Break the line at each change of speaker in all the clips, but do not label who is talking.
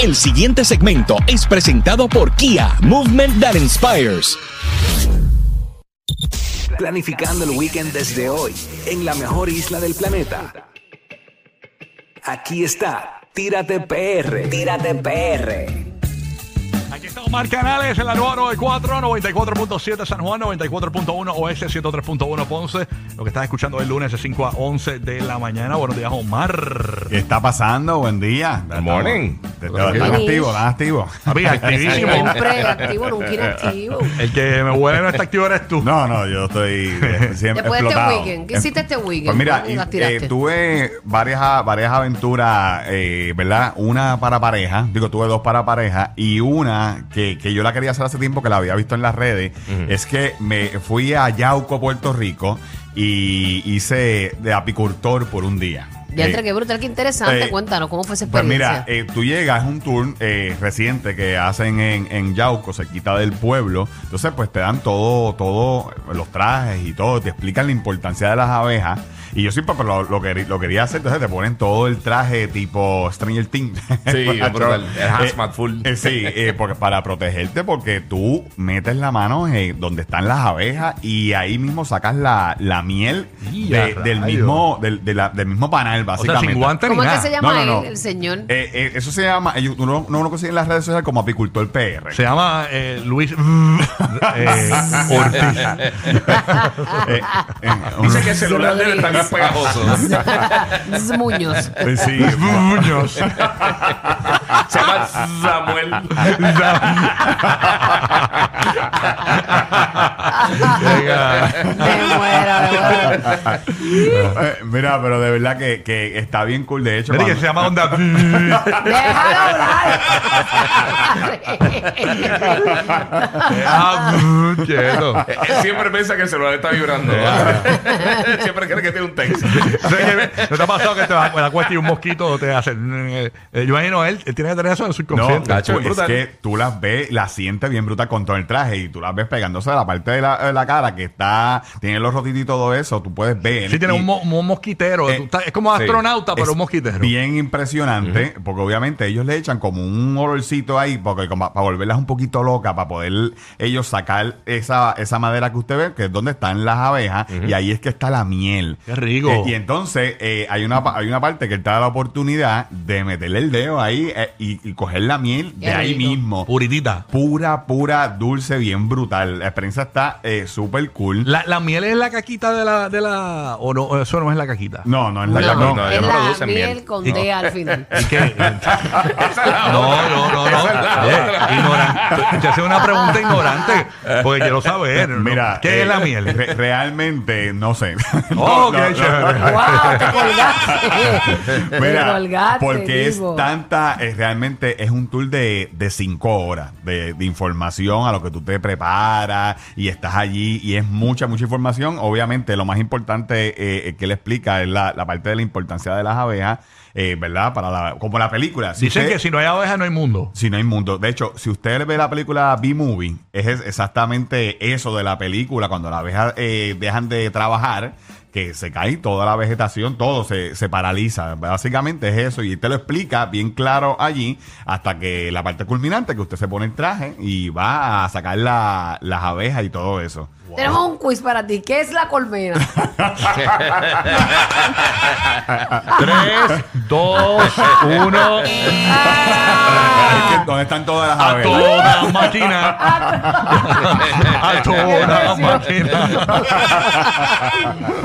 El siguiente segmento es presentado por Kia, Movement That Inspires.
Planificando el weekend desde hoy, en la mejor isla del planeta. Aquí está, Tírate PR, Tírate PR.
Aquí está Omar Canales en la nueva 94, 94.7 San Juan, 94.1 Oeste, 103.1 Ponce. Lo que estás escuchando el lunes de 5 a 11 de la mañana. Buenos días, Omar.
¿Qué está pasando? Buen día. Good
morning.
Están activos, están activos.
Papi, activísimo.
Siempre activo, nunca inactivo.
El que me huele no está activo eres tú.
No, no, yo estoy eh, siempre
Después de este
explotado.
weekend, ¿qué hiciste este weekend?
Pues mira,
¿Cuándo
y-
las tiraste?
eh, tuve varias, varias aventuras, eh, ¿verdad? Una para pareja, digo, tuve dos para pareja y una que, que yo la quería hacer hace tiempo, que la había visto en las redes, es que me fui a Yauco, Puerto Rico y hice de apicultor por un día.
Ya entre
Eh,
qué brutal, qué interesante.
eh,
Cuéntanos, ¿cómo fue esa
Pues
experiencia?
mira, eh, tú llegas, es un tour eh, reciente que hacen en, en Yauco, se quita del pueblo. Entonces, pues te dan todo, todo, eh, los trajes y todo, te explican la importancia de las abejas. Y yo siempre pues, lo, lo querí- lo quería hacer, entonces te ponen todo el traje tipo Stranger Things.
Sí,
Para-
brutal. El
eh,
hazmat full.
eh, sí, eh, porque para protegerte, porque tú metes la mano eh, donde están las abejas y ahí mismo sacas la, la miel
Y
de-
a
del,
rayos.
mismo, del, de la- del mismo panal,
O sea,
básicamente.
sin guantes ni
¿Cómo es que
nada.
se llama
eh, No, no,
él,
no.
el señor?
Eh, eh, eso se llama, eh, uno, uno lo consigue en las redes sociales como apicultor PR.
Se llama eh, Luis eh, Ortiz.
Eh, eh,
Dice que el celular debe estar más pegajoso.
Es Muñoz.
eh, sí,
Muñoz.
Se llama Samuel.
Venga.
Me muero, me muero.
eh, mira, pero de verdad que, que está bien cool. De hecho,
Mira que
cuando-
se llama Onda.
¡Déjalo hablar!
Ah, quieto.
Eh, eh, Siempre piensa que el celular está vibrando. Siempre cree que tiene un texto.
O sea, que, ¿No te ha pasado que te vas a la cuesta y un mosquito te hace? eh, eh, yo imagino él, él tiene que tener eso en su
No,
subconsciente.
Nacho,
tú- es
es brutal.
que tú las ves, las sientes bien brutas con todo el traje y tú las ves pegándose a la parte de la, de la cara que está, tiene los rotitos y todo eso, tú puedes ver.
Sí, tiene
y-
un, mo- un mosquitero.
Eh,
Pues Tú estás- es como
sí.
astronauta, pero
Es
un mosquitero.
Bien impresionante, porque obviamente ellos le echan como un olorcito ahí, porque como para volverlas un poquito locas, para poder ellos sacar esa, esa madera que usted ve, que es donde están las abejas, y ahí es que está la miel.
Qué rico.
Eh, y entonces eh, hay, una, pa- hay una parte que él te da la oportunidad de meterle el dedo ahí eh, y, y coger la miel
Qué
de ahí
rico.
mismo.
Puritita.
Pura, pura, dulce, bien brutal. La experiencia está eh, súper cool.
La, la miel es la caquita de la, de la. O no, eso no es la caquita.
no, no, es la
No,
no,
no,
es
ellos
la
producen
miel
miel.
con D al final.
¿Y qué?
Esa es la
No,
otra.
no, no, no.
Esa es la
Eh,
otra.
ignorante. Te hace una pregunta ignorante. Porque quiero saber. ¿no?
Mira,
¿Qué
eh,
es la miel?
re- realmente no sé.
Oh, qué chévere.
¡Wow! ¡Te colgaste! te
Mira,
colgaste,
porque es
vivo.
tanta, es realmente es un tour de, de cinco horas de, de información a lo que tú te preparas y estás allí y es mucha, mucha información. Obviamente, lo más importante eh, eh, que le explica es la, la parte de la importancia de las abejas, eh, ¿verdad? Para la, como la película. Si
Dicen
usted-
que si no hay abeja, no hay mundo.
si no hay mundo. De hecho, si usted ve la película B-Movie, es es exactamente eso de la película, cuando las abejas eh, dejan de trabajar, que se cae toda la vegetación, todo se, se paraliza. Básicamente es eso, y te lo explica bien claro allí, hasta que la parte culminante, que usted se pone el traje y va a sacar la- las abejas y todo eso.
Tenemos un quiz para ti. ¿Qué es la colmena?
3, 2, 1.
Ah.
Es que, ¿Dónde están todas las
A
aves?
toda máquina. A toda
Qué
máquina.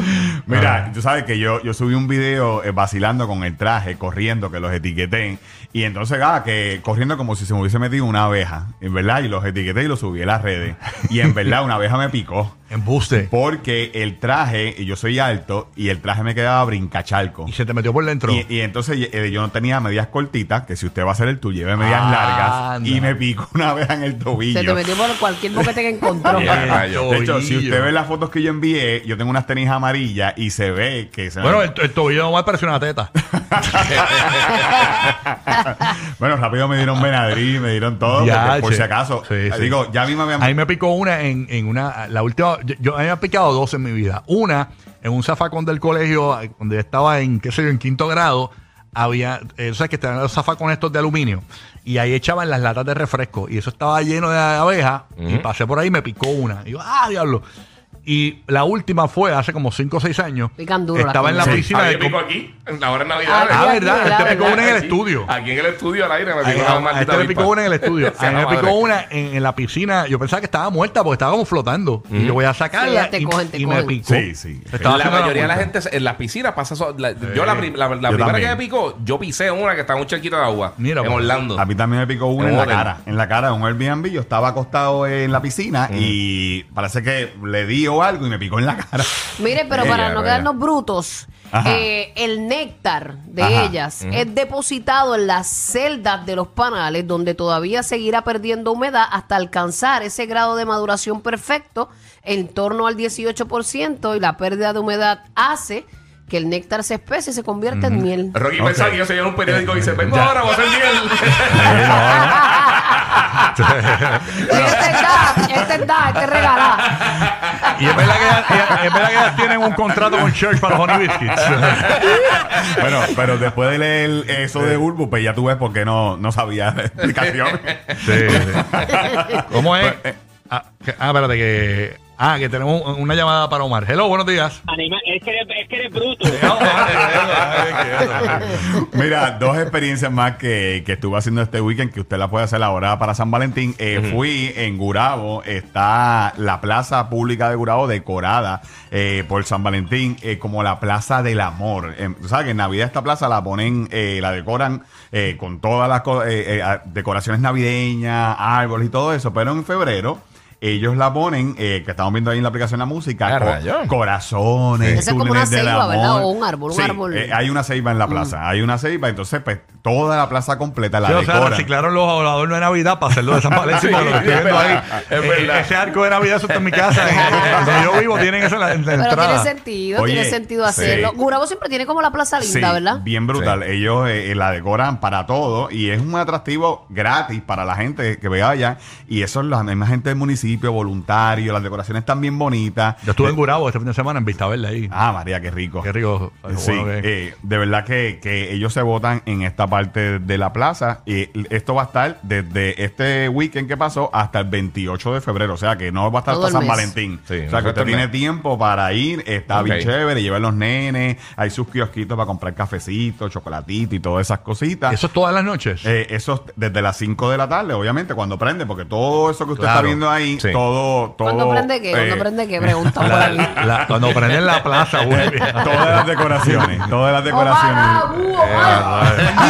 Mira, tú sabes que yo, yo subí un video eh, vacilando con el traje, corriendo, que los etiqueté. Y entonces, ah, que corriendo como si se me hubiese metido una abeja, en verdad, y los etiqueté y los subí a las redes. Y en verdad, una abeja me picó.
Embuste.
Porque el traje, y yo soy alto, y el traje me quedaba brincachalco.
Y se te metió por dentro.
Y, y entonces eh, yo no tenía medias cortitas, que si usted va a hacer el tuyo, lleve medias largas.
Anda.
Y me picó una abeja en el tobillo.
Se te metió por cualquier boquete que encontró.
Yeah.
De hecho, si usted ve las fotos que yo envié, yo tengo unas tenis amarillas y se ve que se me-
Bueno, el, el tobillo no me parece una teta.
Bueno, rápido me dieron Benadryl, me dieron todo,
Ya,
porque por
che.
si acaso.
Sí, sí.
Digo, ya a mí me habían...
A mí me picó una en, en una. La última. Yo, yo- a mí me han picado dos en mi vida. Una, en un zafacón del colegio, eh, donde yo estaba en, qué sé yo, en quinto grado. Había, eh, o sea, que estaban los zafacones estos de aluminio. Y ahí echaban las latas de refresco. Y eso estaba lleno de abejas. Y pasé por ahí y me picó una. Y yo, ah, diablo. Y la última fue hace como 5 o 6 años.
Pican duro las
Estaba en la
cosas.
piscina
Ah,
de.
yo pico
com-
aquí, en la hora de Navidad.
Ah,
Aquí,
verdad.
¿verdad?
Te picó una en el
Aquí.
estudio.
Aquí en el estudio al aire me
Ay, a-
picó una
a
maldita
este le picó
avispa.
una en el estudio.
Sea
A mí me
la
picó
madre.
una en, en la piscina. Yo pensaba que estaba muerta porque estaba como flotando. Y yo voy a
Sí,
sacarla
ya te
y,
cogen, te
y me
cogen.
picó.
Sí, sí.
Estaba
la
haciendo
mayoría de la
vuelta.
gente se- en las piscinas pasa eso. La- yo la, pri- la- la primera
también.
que me picó, yo pisé una que estaba en un charquito de agua.
Mira,
en
pues.
Orlando.
A mí también me picó una
En
en la
Warren.
cara. En la cara de un Airbnb. Yo estaba acostado en la piscina
Mm.
y parece que le di o algo y me picó en la cara.
Mire, pero
Ella,
para no
ella.
quedarnos brutos,
Ajá.
eh, el néctar de
Ajá.
ellas es depositado en las celdas de los panales, donde todavía seguirá perdiendo humedad hasta alcanzar ese grado de maduración perfecto en torno al 18%, y la pérdida de humedad hace que el néctar se espese y se convierta en miel.
Rocky pensaba
Ok.
que yo se en un periódico y dice: Vengo
Ya.
ahora, voy a hacer miel.
Ah,
Mira, este es da, este es da, este es regalá.
Y es verdad que ellas- ellas- es verdad que ellas tienen un contrato con Church para los Honey Biscuits.
bueno, pero después de leer eso de Bulbo, pues ya tú ves por qué no, no sabía la explicación.
¿Cómo es?
Pues, eh.
Ah, que- ah, espérate, que. Ah, que tenemos un- una llamada para Omar. Hello, buenos días.
es, que eres, es que eres bruto.
Mira, dos experiencias más que, que estuve haciendo este weekend que usted la puede hacer ahora para San Valentín. Eh, Fui en Gurabo, está la plaza pública de Gurabo decorada eh, por San Valentín eh, como la plaza del amor. Eh, tú sabes que en Navidad esta plaza la ponen, eh, la decoran eh, con todas las co- eh, eh, a- decoraciones navideñas, árboles y todo eso, pero en febrero. Ellos la ponen, eh, que estamos viendo ahí en la aplicación la música,
Ah,
co-
rayón.
corazones,
Esa es como una
túneles del
ceiba, ¿verdad?
amor.
O un árbol, un
Sí,
árbol.
eh, hay una ceiba en la plaza. Hay una ceiba, entonces, pues, toda la plaza completa la
Sí, o sea,
decoran.
reciclaron los adornos de Navidad para hacerlo de San Valentín.
Sí,
para lo que estoy
es
viendo ahí.
verdad, es
Eh,
verdad.
Ese arco de Navidad, eso está en mi casa. En- Donde yo vivo, tienen eso en la, en la
Pero tiene
entrada.
sentido,
Oye,
tiene sentido
sí.
hacerlo. Gurabo siempre tiene como la plaza
Sí,
linda, ¿verdad?
bien brutal. Ellos eh, eh, la decoran para todo y es un atractivo gratis para la gente que vea allá. Y eso es la misma gente del municipio, voluntario, las decoraciones están bien bonitas.
Yo estuve en Gurabo este fin de semana en Vistabella ahí.
Ah, María, qué rico.
Qué rico. Ay,
Sí,
bueno, que-
eh, de verdad que, que ellos se votan en esta parte de la plaza. Y esto va a estar desde este weekend que pasó hasta el 28 de febrero. O sea que no va a estar
Todo
hasta San
el mes.
Valentín.
Sí,
o sea que
no
usted
falta
tiene
nada.
tiempo para ir. Está
Ok.
bien chévere, llevar los nenes. Hay sus kiosquitos para comprar cafecito, chocolatito y todas esas cositas.
Eso es todas las noches.
Eh, eso es desde las 5 de la tarde, obviamente, cuando prende, porque todo eso que usted
Claro.
está viendo ahí,
Sí.
todo, todo.
¿Cuándo prende qué? ¿Cuándo
eh,
prende qué? Pregunta por
La-
aquí.
la- cuando prenden la plaza, güey.
Todas las decoraciones, todas las decoraciones.
Ojalá, búho, uh,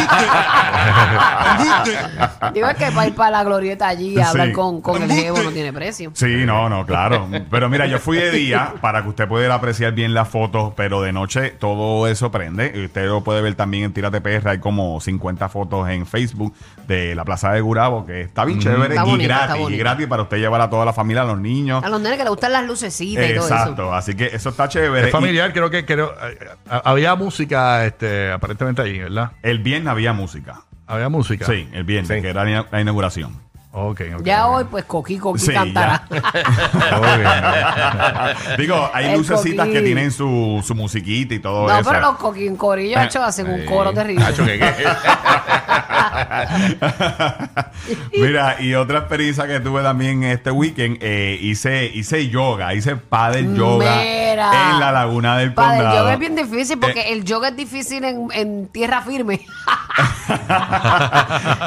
Eh,
ojalá. Digo es que para ir para la glorieta allí a
Sí.
hablar con, con el jevo no tiene precio.
Sí, no, no, claro. Pero mira, yo fui de día para que usted pudiera apreciar bien las fotos, pero de noche todo eso prende. Y usted lo puede ver también en Tírate PR. Hay como 50 fotos en Facebook de la Plaza de Gurabo, que está bien chévere
Está
y
bonita, está
gratis. Y
bonita.
gratis para usted llevar a toda la familia, a los niños.
A los nenes que les gustan las lucecitas y todo eso.
Exacto. Así que eso está chévere.
Es familiar, creo que creo, eh, eh, había música este, aparentemente allí, ¿verdad?
Y el viernes había música.
Había música.
Sí, el viernes,
Sí.
que era la inauguración.
Ok, ok.
Ya hoy, pues Coqui Coqui
Sí,
cantará.
Digo, hay
El
lucecitas que
coquín.
tienen su, su musiquita y todo
no,
eso.
pero los Coqui en corillo hacho, hacen un coro terrible.
Nacho, que qué.
Mira, y otra experiencia que tuve también este weekend, eh, hice, hice yoga, hice paddle yoga
Mira.
en la laguna del
Padre, el
condado. Eh.
yoga es bien difícil porque el yoga es difícil en, en tierra firme.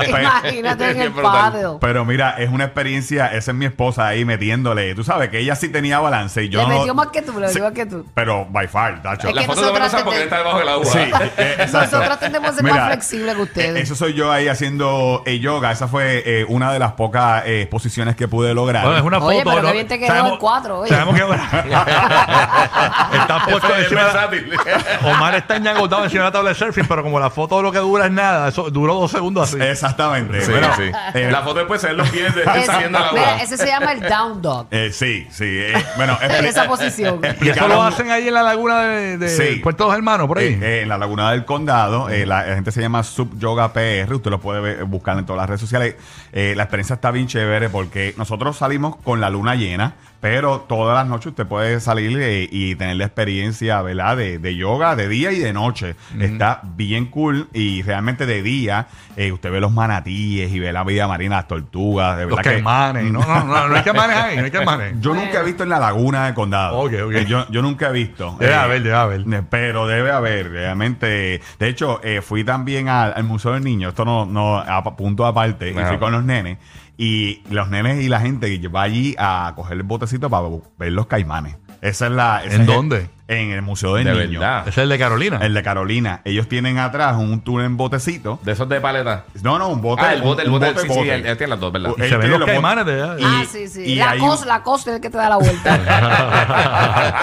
Imagínate en
Qué
el
brutal.
patio.
Pero mira, es una experiencia, esa es mi esposa ahí metiéndole. Tú sabes que ella sí tenía balance y yo
Le
no-
metió más que tú, le
Sí,
metió más que tú.
Pero by far, tacho.
Es
La
que
foto de
nosotras
Vanessa porque
te-
él está debajo del agua.
Sí, eh, exacto.
Nosotros tendemos a ser más flexibles que ustedes.
eh, Eso soy yo ahí haciendo eh, yoga. Esa fue eh, una de las pocas eh, posiciones que pude lograr.
Bueno, es una
Oye,
foto.
pero
¿no?
qué bien te quedó
Sabemos-
el cuatro, oye.
Sabemos que está puesto
Es
encima de la-
versátil.
Omar está enagotado encima de la tabla de surfing, pero como la foto lo que dura es nada, eso duró dos segundos así.
Exactamente.
Sí,
Bueno,
sí.
eh,
La foto después se ven los pies de él
Ese-
saliendo al agua.
mira, ese se llama el down dog.
eh, sí, sí. eh, bueno, expli- eh,
Esa posición.
Y eso lo
explicaron-
hacen ahí en la laguna de, de
Sí.
Puerto Dos Hermanos, por ahí.
Eh, eh, en la Laguna del Condado, eh, la, la gente se llama Sub Yoga PR, usted lo puede ver- buscar en todas las redes sociales. Eh, la experiencia está bien chévere porque nosotros salimos con la luna llena, pero todas las noches usted puede salir eh, y tener la experiencia, ¿verdad? De, de yoga de día y de noche. Está bien cool y realmente de día eh, usted ve los manatíes y ve la vida marina, las tortugas, de
Los
verdad que...
caimanes. No, no, no, no hay caimanes ahí, no hay caimanes.
Yo nunca he visto en la laguna del condado.
Ok, ok.
Eh, Yo, yo nunca he visto.
Debe haber, debe haber.
eh, Pero debe haber, realmente. De hecho, eh, fui también al, al Museo del Niño. Esto no, no a punto aparte. Y
Ajá.
fui con los nenes. Y los nenes y la gente que va allí a coger el botecito para ver los caimanes. Esa es la. ese
¿En
es el-
dónde?
en el Museo del
De
Niño.
verdad.
Ese es el de Carolina.
El de Carolina. Ellos tienen atrás un tour en botecito.
De esos de paleta.
No, no, un bote.
Ah, el bote, el
un
bote. Sí, sí,
bote.
él él tiene las dos, ¿verdad?
Uh,
y
eh,
se ven
tiene
los
los
caimanes de allá.
ah,
y-
sí, sí.
y
La
hay un-
cosa, la cosa es el que te da la vuelta.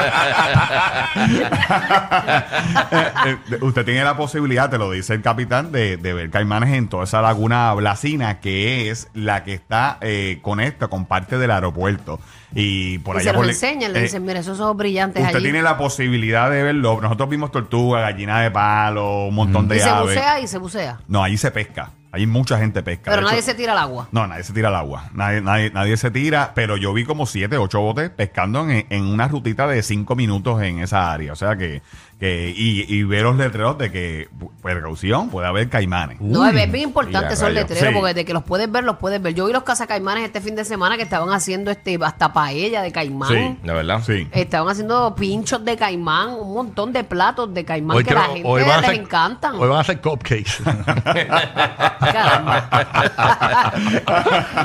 Eh, eh, Usted tiene la posibilidad, te lo dice el capitán, de, de ver caimanes en toda esa laguna blasina que es la que está eh, conecta con parte del aeropuerto. Y por
y
allá
se
por
los
la-
enseñan, le
eh,
dicen, mira, esos ojos brillantes
Usted
allí.
tiene la posibilidad de verlo. Nosotros vimos tortuga, gallina de palo, un montón
Mm. y
de
se
aves.
bucea y se bucea.
No, allí se pesca. Allí mucha gente pesca.
Pero
De
nadie
hecho-
se tira al agua.
no, nadie se tira al agua. Nadie, nadie, nadie se tira, pero yo vi como siete, ocho botes pescando en, en una rutita de cinco minutos en esa área. O sea que, que y, y ver los letreros de que, pu- precaución, puede haber caimanes.
No, es bien importante
mira,
esos
rayo.
letreros,
Sí.
porque de que los puedes ver, los puedes ver. Yo vi los cazacaimanes este fin de semana que estaban haciendo este hasta paella de caimán.
Sí.
De verdad.
Sí.
Estaban haciendo pinchos de caimán, un montón de platos de caimán que
creo-
la gente
hoy
les
van a hacer-
encantan.
Hoy van a hacer cupcakes.
Caramba.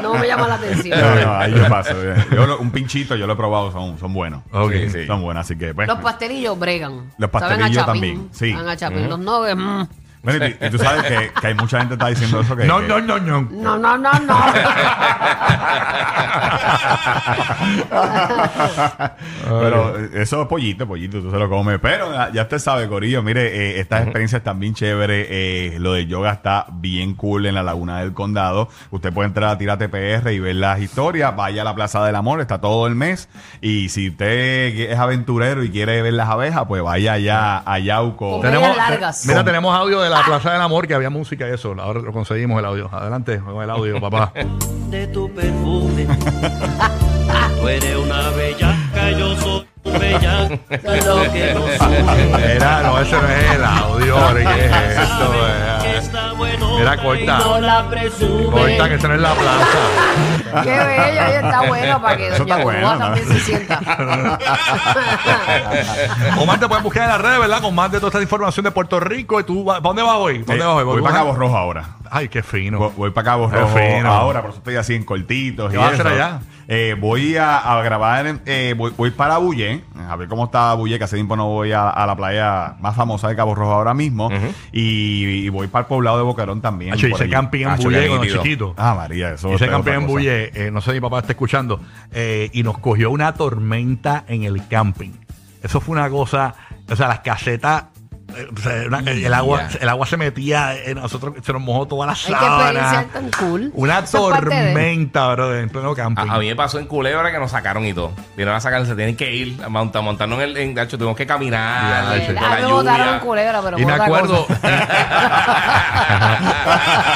no me llama la atención.
No, no, ahí yo paso. Yo lo- un pinchito, yo lo he probado, son, son buenos.
Ok.
Sí, sí, Son buenos, así que. pues,
Los pastelillos bregan.
Los
Saben
pastelillos
a chapín,
también, sí.
saben a chapín. Los nuggets, mm.
bueno, y, y tú sabes que, que hay mucha gente que está diciendo eso que.
no,
que-
no, no, no.
No, no, no, no.
pero eh, eso es pollito, pollito, tú se lo comes. Pero ah, ya usted sabe, Corillo, mire, eh, estas experiencias están bien chéveres. eh, lo del yoga está bien cool en la Laguna del Condado. Usted puede entrar a Tírate PR y ver las historias. Vaya a la Plaza del Amor, está todo el mes. Y si usted es aventurero y quiere ver las abejas, pues vaya allá a Yauco.
Comer.
Tenemos,
largas. Ah.
te- mira, tenemos audio de la Plaza del Amor, que había música y eso. Ahora lo conseguimos el audio. Adelante con el audio, papá.
De tu perfume. Tú eres una bellaca, yo soy un bellaco. Lo que nos une.
Era, no, ese no es el audio. hombre, ¿Qué es esto?
Sabes que
eh?
está bueno.
Mira,
y
corta.
No la presume.
Corta que eso no es la plaza.
Qué bello, oye, está bueno para que
Eso está
Doña
bueno,
Cuba
¿no?
también se sienta.
Omar, te pueden buscar en las redes, ¿verdad? Con más de toda esta información de Puerto Rico. ¿Y tú, va- ¿para dónde vas hoy? ¿Para
Eh,
¿Dónde vas hoy?
voy
¿Vas
para
a-
Cabo Rojo ahora.
Ay, qué fino.
Voy, para Cabo
Qué
Rojo
fino.
ahora, por eso estoy así en cortitos.
¿Qué
y
vas a hacer
eso.
allá?
Eh, voy a, a grabar, eh, voy, voy para Bullé, a ver cómo está Bullé, que hace tiempo no voy a, a la playa más famosa de Cabo Rojo ahora mismo. y, y voy para el poblado de Boquerón también.
Hacho,
por
hice
allí.
camping en
Hacho,
Bullé
qué
cuando
nítido.
chiquito.
Ah, María, eso
Hice
es otra
camping en
cosa.
Bullé, eh, no sé si mi papá está escuchando, eh, y nos cogió una tormenta en el camping. Eso fue una cosa, o sea, las casetas eh, o sea, una- el, agua, el agua se metía en nosotros, se nos mojó toda la
Ay, qué
sábana.
experiencia tan cool.
Una
Eso es parte de-
tormenta, bro, en
Ah,
pleno camping.
A, a mí me pasó en Culebra que nos sacaron y todo. Vinieron a sacar, se tienen que ir, a monta- montarnos en el. En, de hecho, tuvimos que caminar.
Ya,
con
sí.
Eh,
la
A mí me
lluvia.
botaron en culebra, pero
y
por
me
otra
acuerdo,
cosa.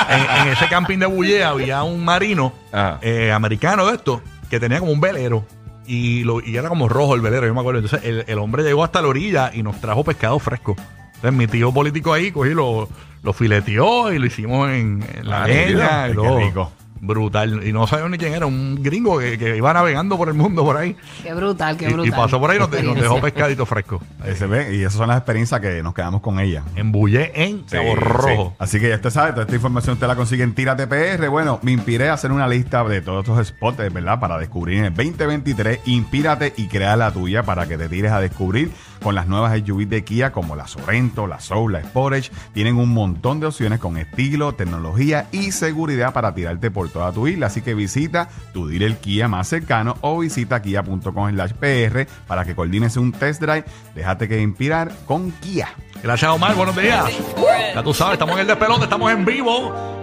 en, en ese camping de Bulle había un marino
Ajá.
eh, americano de esto que tenía como un velero y, lo, y era como rojo el velero, yo me acuerdo. Entonces el, el hombre llegó hasta la orilla y nos trajo pescado fresco. Entonces mi tío político ahí cogí lo, lo fileteó y lo hicimos en, en la
Ah,
leña.
qué
y todo.
rico.
Brutal. Y no sabíamos ni quién era, un gringo que, que iba navegando por el mundo por ahí.
Qué brutal,
Y,
qué
y
brutal.
pasó por ahí y nos, nos dejó
Experiencia.
pescadito fresco.
Ahí se ve, y esas son las experiencias que nos quedamos con ella.
En Bulle, en
Sí,
Cabo
sí.
Rojo.
Así que ya usted sabe, toda esta información usted la consigue en Tírate PR. Bueno, me inspiré a hacer una lista de todos estos spots, ¿verdad? Para descubrir en el 2023. Inspírate y crea la tuya para que te tires a descubrir con las nuevas SUVs de Kia como la Sorento, la Soul, la Sportage. Tienen un montón de opciones con estilo, tecnología y seguridad para tirarte por toda tu isla. Así que visita tu dealer Kia más cercano o visita kia.com slash PR para que coordines un test drive. Déjate que inspirar con Kia.
Gracias, Omar. Buenos días. Ya tú sabes, estamos en el despelote, estamos en vivo.